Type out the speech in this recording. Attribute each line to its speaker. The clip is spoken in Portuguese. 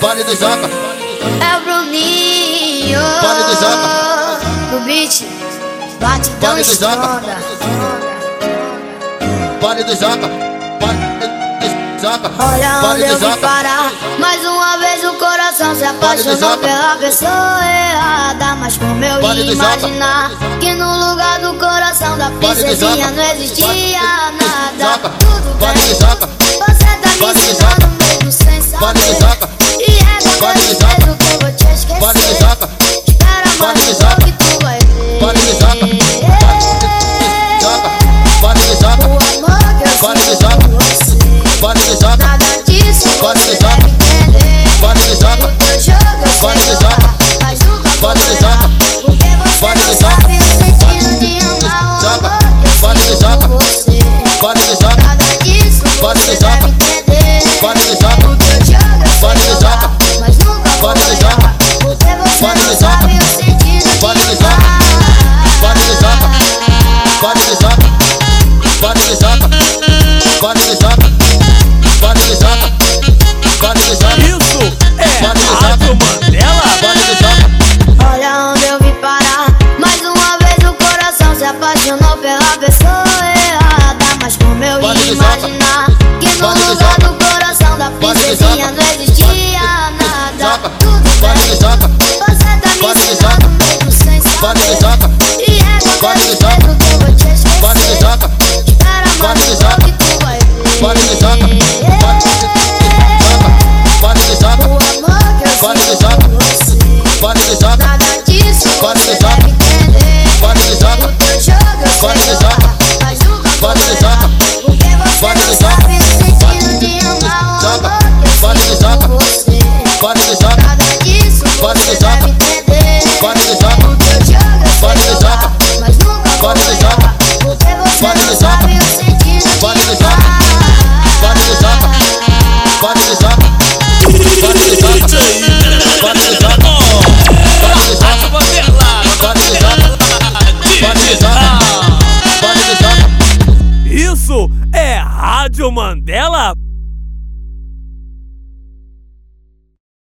Speaker 1: Vale do Zapa,
Speaker 2: É o Bruninho
Speaker 1: Vale do Zapa.
Speaker 2: O beat bate tão
Speaker 1: Vale do Zapa.
Speaker 2: estronda
Speaker 1: Vale do Zapa, Vale do Zapa,
Speaker 2: Olha onde
Speaker 1: Vale
Speaker 2: eu
Speaker 1: do
Speaker 2: vim
Speaker 1: Zapa,
Speaker 2: parar Mais uma vez o coração se
Speaker 1: Zapa.
Speaker 2: apaixonou pela pessoa errada Mas como eu
Speaker 1: Vale do
Speaker 2: ia
Speaker 1: Zapa.
Speaker 2: imaginar Que no lugar do coração da
Speaker 1: do
Speaker 2: princesinha
Speaker 1: Zapa.
Speaker 2: Não existia
Speaker 1: Vale do Zapa.
Speaker 2: nada Tudo
Speaker 1: Vale do
Speaker 2: bem
Speaker 1: Zapa.
Speaker 2: Você tá me
Speaker 1: Vale do
Speaker 2: ensinando mesmo sem
Speaker 1: Vale do
Speaker 2: saber
Speaker 1: Zapa.
Speaker 2: E é com
Speaker 1: Vale do
Speaker 2: esse
Speaker 1: Zapa.
Speaker 2: medo que eu vou te esquecer
Speaker 1: Vale do Zapa,
Speaker 2: Espera
Speaker 1: Vale
Speaker 2: mais
Speaker 1: do
Speaker 2: um
Speaker 1: Zapa.
Speaker 2: pouco que tu vai ver
Speaker 1: Vale do Zapa, Vale do
Speaker 2: O
Speaker 1: Zapa,
Speaker 2: amor que eu
Speaker 1: Vale do
Speaker 2: sinto
Speaker 1: Zapa.
Speaker 2: por você
Speaker 1: Vale do Zapa,
Speaker 2: Nada disso
Speaker 1: Vale do
Speaker 2: você
Speaker 1: Zapa.
Speaker 2: deve entender
Speaker 1: Vale do Zapa,
Speaker 2: O teu jogo eu
Speaker 1: Vale do
Speaker 2: sei
Speaker 1: Zapa.
Speaker 2: jogar Mas nunca vou
Speaker 1: Vale do
Speaker 2: errar
Speaker 1: Zapa.
Speaker 2: Porque
Speaker 1: Vale do
Speaker 2: você não
Speaker 1: Zapa.
Speaker 2: sabe o sentido de amar O
Speaker 1: Zapa.
Speaker 2: amor que
Speaker 1: Vale do
Speaker 2: eu sinto
Speaker 1: Zapa.
Speaker 2: por você
Speaker 1: Vale do Zapa,
Speaker 2: Nada disso
Speaker 1: Vale do
Speaker 2: você
Speaker 1: Zapa.
Speaker 2: deve entender
Speaker 1: Vale do Zapa.
Speaker 2: O teu jogo eu
Speaker 1: Vale do
Speaker 2: sei jogar
Speaker 1: Zapa.
Speaker 2: Mas nunca vou
Speaker 1: Vale do
Speaker 2: errar
Speaker 1: Zapa.
Speaker 2: Porque
Speaker 1: Vale do
Speaker 2: você não
Speaker 1: Zapa.
Speaker 2: sabe o sentido
Speaker 1: Vale do
Speaker 2: de
Speaker 1: Zapa.
Speaker 2: amar
Speaker 1: Vale do Zapa, Vale do Zapa, Vale do Zapa, Vale do Zapa, Vale do Zapa, Vale do Zapa, Vale do
Speaker 3: Isso é
Speaker 1: Zapa.
Speaker 3: Rádio Mandela.
Speaker 1: Vale do Zapa.
Speaker 2: Olha onde eu vim parar. Mais uma vez o coração se apaixonou pela pessoa errada. Mas como eu
Speaker 1: Vale
Speaker 2: ia
Speaker 1: do Zapa.
Speaker 2: imaginar que no
Speaker 1: Vale do
Speaker 2: lugar
Speaker 1: Zapa.
Speaker 2: do coração da
Speaker 1: Vale do
Speaker 2: princesinha
Speaker 1: Zapa.
Speaker 2: não existia
Speaker 1: do
Speaker 2: nada.
Speaker 1: Zapa.
Speaker 2: Tudo
Speaker 1: Vale do
Speaker 2: bem.
Speaker 1: Zapa.
Speaker 2: Você tá me
Speaker 1: Vale do
Speaker 2: ensinando mesmo sem
Speaker 1: Vale do
Speaker 2: saber.
Speaker 1: Zapa,
Speaker 2: E é com
Speaker 1: Vale do
Speaker 2: esse
Speaker 1: Zapa.
Speaker 2: medo que eu vou te esquecer.
Speaker 1: Vale do Zapa, Vale
Speaker 2: Espera
Speaker 1: do
Speaker 2: mais um
Speaker 1: Zapa.
Speaker 2: pouco e tu vai ver. É,
Speaker 1: Vale do Zapa, Vale do Zapa, Vale do
Speaker 2: O
Speaker 1: Zapa,
Speaker 2: amor que eu
Speaker 1: Vale do
Speaker 2: sinto
Speaker 1: Zapa.
Speaker 2: por você.
Speaker 1: Vale do Zapa,
Speaker 2: Nada disso
Speaker 1: Vale do
Speaker 2: você
Speaker 1: Zapa.
Speaker 2: deve entender.
Speaker 1: Vale do Zapa,
Speaker 2: Teu jogo eu
Speaker 1: Vale do
Speaker 2: sei
Speaker 1: Zapa.
Speaker 2: jogar, mas nunca vou
Speaker 1: Vale do Zapa.
Speaker 2: errar, Porque
Speaker 1: Vale do
Speaker 2: você não
Speaker 1: Zapa.
Speaker 2: sabe o sentido de amar o
Speaker 1: Zapa.
Speaker 2: amor que eu
Speaker 1: Vale do
Speaker 2: sinto
Speaker 1: Zapa.
Speaker 2: por você.
Speaker 1: Vale do Zapa,
Speaker 2: Nada disso
Speaker 1: Vale do
Speaker 2: você
Speaker 1: Zapa.
Speaker 2: deve entender.
Speaker 1: Vale do Zapa.
Speaker 2: O teu jogo eu sei
Speaker 1: Vale do
Speaker 2: jogar,
Speaker 1: Zapa.
Speaker 2: mas nunca vou
Speaker 1: Vale do
Speaker 2: errar,
Speaker 1: Zapa.
Speaker 2: Porque você
Speaker 1: Vale do
Speaker 2: não
Speaker 1: Zapa.
Speaker 2: sabe o sentido
Speaker 1: Vale do
Speaker 2: de
Speaker 1: Zapa.
Speaker 2: amar.
Speaker 1: Vale do Zapa, Vale do Zapa, Vale do Zapa, Vale do Zapa, Vale do Zapa,
Speaker 3: Rádio Mandela.
Speaker 1: Vale do Zapa, Vale do Zapa, Vale do Zapa.
Speaker 3: Isso é Rádio Mandela.